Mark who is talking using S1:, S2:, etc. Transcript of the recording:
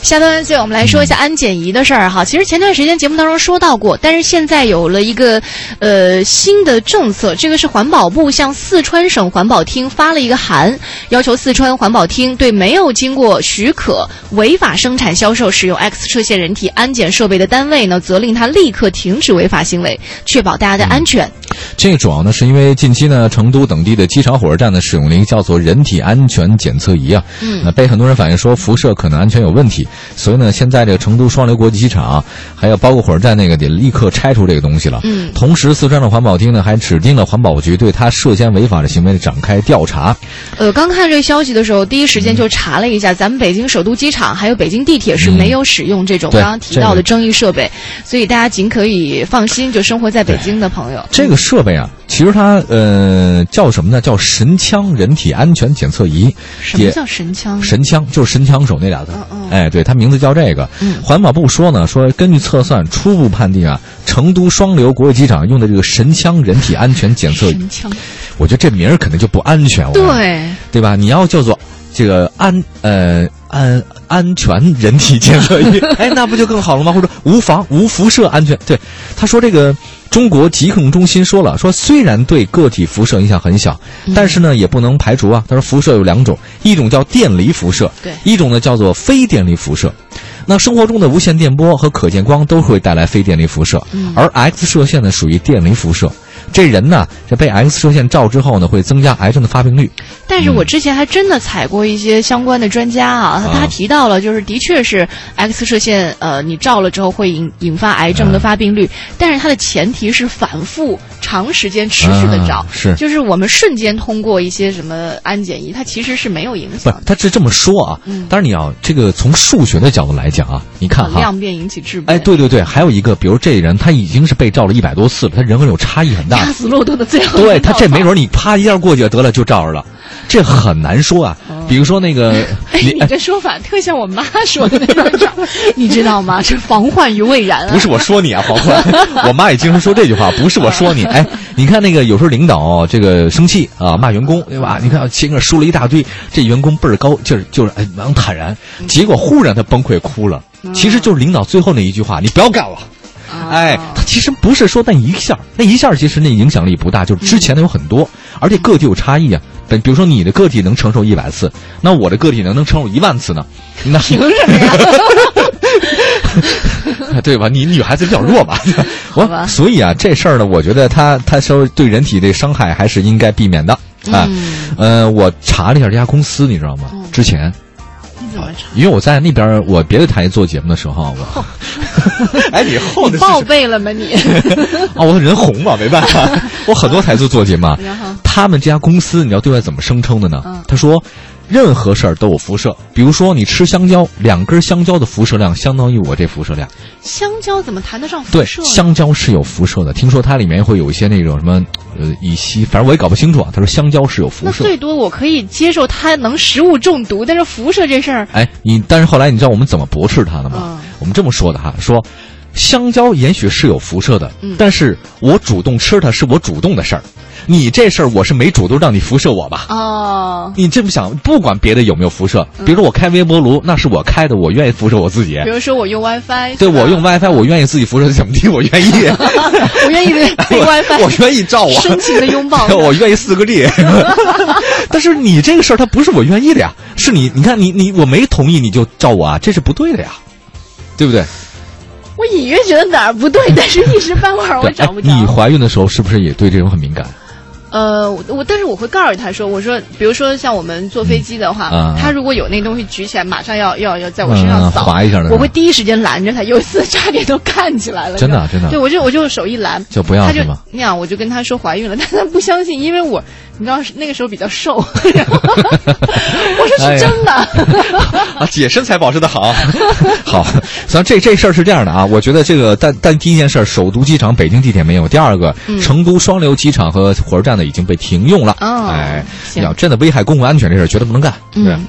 S1: 下段最后我们来说一下安检仪的事儿哈。其实前段时间节目当中说到过，但是现在有了一个呃新的政策，这个是环保部向四川省环保厅发了一个函，要求四川环保厅对没有经过许可违法生产、销售、使用 X 射线人体安检设备的单位呢，责令他立刻停止违法行为，确保大家的安全。
S2: 这个主要呢是因为近期呢，成都等地的机场、火车站呢使用了一个叫做人体安全检测仪啊，
S1: 嗯
S2: 呃被很多人反映说辐射可能安全有问题，所以呢，现在这个成都双流国际机场、啊还有包括火车站那个得立刻拆除这个东西了。
S1: 嗯
S2: 同时，四川的环保厅呢还指定了环保局对他涉嫌违法的行为展开调查。
S1: 呃，刚看这个消息的时候，第一时间就查了一
S2: 嗯
S1: 下，咱们北京首都机场还有北京地铁是没有使用这种
S2: 对
S1: 刚刚提到的争议设备，所以大家尽可以放心，就生活在北京的朋友。嗯
S2: 这个设备啊，其实它呃叫什么呢？叫神枪人体安全检测仪。
S1: 什么
S2: 也
S1: 叫神枪？
S2: 神枪就是神枪手那俩字
S1: 嗯，嗯
S2: 哎，对，它名字叫这个。
S1: 嗯
S2: 环保部说呢，说根据测算，初步判定啊，成都双流国际机场用的这个神枪人体安全检测仪，
S1: 神枪，啊
S2: 我觉得这名儿肯定就不安全，我看
S1: 对，
S2: 对吧？你要叫做这个安呃安安全人体检测仪，哎，那不就更好了吗？或者无防无辐射安全？对，他说这个中国疾控中心说了，说虽然对个体辐射影响很小，但是呢也不能排除啊。他说辐射有两种，一种叫电离辐射，
S1: 对
S2: 一种呢叫做非电离辐射。那生活中的无线电波和可见光都会带来非电离辐射，
S1: 嗯
S2: 而 X 射线呢属于电离辐射。这人呢，这被 X 射线照之后呢，会增加癌症的发病率。
S1: 但是我之前还真的采过一些相关的专家啊，
S2: 嗯啊
S1: 他提到了，就是的确是 X 射线，呃，你照了之后会引引发癌
S2: 嗯
S1: 症的发病率，但是它的前提是反复、长时间、持续的照
S2: 啊。 是
S1: 就是我们瞬间通过一些什么安检仪，它其实是没有影
S2: 不
S1: 响，的。
S2: 他是这么说啊。
S1: 嗯哦
S2: 但是你要这个从数学的角度来讲啊，你看哈，
S1: 量变引起质变。
S2: 哎，，对对对，还有一个，比如这人他已经是被照了一百多次了，他人和人有差异 很大
S1: 压。死骆驼的最后一
S2: 对他
S1: 道
S2: 这没
S1: 防
S2: 准你啪一下过去得了就照着了，这很难说啊。比如说 那 个，
S1: 哦哎，
S2: 你
S1: 你这说法特像我妈说的那种， 你知道吗？这防患于未然啊。
S2: 不是我说你啊，黄欢， 我妈也经常说这句话，不是我 说你。哎，你看那个有时候领导这个生气啊，骂员工对吧？你看秦个说了一大堆，这员工倍儿高，就是就是哎蛮坦然，
S1: 嗯
S2: 结果忽然他崩溃哭了，其实就是领导最后那一句话，你不要干了。
S1: 啊，
S2: 哎，他其实不是说那一下儿，那一下儿其实那影响力不大，就是之前的有很多，而且个体有差异啊。本比如说你的个体能承受一百次，那我的个体能能承受一万次呢？ 那
S1: 凭什么呀？
S2: 对吧？你女孩子比较 弱吧？
S1: 好吧
S2: 我所以啊，这事儿呢，我觉得它它稍微对人体的伤害还是应该避免的 啊。
S1: 嗯
S2: 呃，我查了一下这家公司，你知道吗
S1: 嗯？
S2: 之前
S1: 你怎么查？
S2: 因为我在那边儿我别的台做节目的时候，我哎，你后
S1: 你
S2: 的是
S1: 报
S2: 什么
S1: 备了吗 你？
S2: 啊，我人红嘛，没办法，我很多台做做节目啊。
S1: 然后
S2: 他们这家公司，你知道对外怎么声称的呢？
S1: 嗯
S2: 他说，任何事儿都有辐射，比如说你吃香蕉，两根香蕉的辐射量相当于我这辐射量。
S1: 香蕉怎么谈得上辐
S2: 对，
S1: 射呢？
S2: 香蕉是有辐射的，听说它里面会有一些那种什么呃乙烯，反正我也搞不清楚啊。他说香蕉是有辐
S1: 那
S2: 射。
S1: 最多我可以接受它能食物中毒，但是辐射这事儿，
S2: 哎，你但是后来你知道我们怎么驳斥他的吗？
S1: 嗯
S2: 我们这么说的哈，说香蕉也许是有辐射的，
S1: 嗯
S2: 但是我主动吃它是我主动的事儿，你这事儿我是没主动让你辐射我吧？
S1: 哦，
S2: 你这么想，不管别的有没有辐射，
S1: 嗯
S2: 比如说我开微波炉，那是我开的，我愿意辐射我自己
S1: 比。如说我用 WiFi，
S2: 对
S1: 是吧
S2: 我用 WiFi，我愿意自己辐射怎么地，我愿意，
S1: 我 愿意被 WiFi，
S2: 我愿意照 我，，
S1: 深情的拥抱
S2: 我愿意四个 G，但是你这个事儿，它不是我愿意的呀，是你，你看你你我没同意你就照我啊，这是不对的呀，对不对？
S1: 我隐约觉得哪儿不对，但是一时半会儿我
S2: 对
S1: 找不
S2: 哎
S1: 着。
S2: 你怀孕的时候是不是也对这种很敏感？
S1: 呃，我我但是我会告诉他说，我说，比如说像我们坐飞机的话，
S2: 嗯啊
S1: 他如果有那东西举起来，马上要要要在我身上
S2: 嗯
S1: 扫，
S2: 划一下的是吧
S1: 我会第一时间拦着他。有一次差点都干起来了，
S2: 真的啊
S1: 你知道吗
S2: 真的啊
S1: 对我就我就手一拦，
S2: 就不要
S1: 他就是
S2: 吗
S1: 那样，我就跟他说怀孕了，但他不相信，因为我你知道是那个时候比较瘦， 然后我说
S2: 哎
S1: 是
S2: 呀
S1: 真的，
S2: 啊，姐身材保持 的好，好。咱这这事儿是这样的啊，我觉得这个，但但第一件事儿，首都机场、北京地铁没有；第二个，
S1: 嗯
S2: 成都双流机场和火车站呢已经被停用了。
S1: 哦
S2: 哎，
S1: 行
S2: 你要真的危害公共安全这事儿，绝对不能干。对。
S1: 嗯。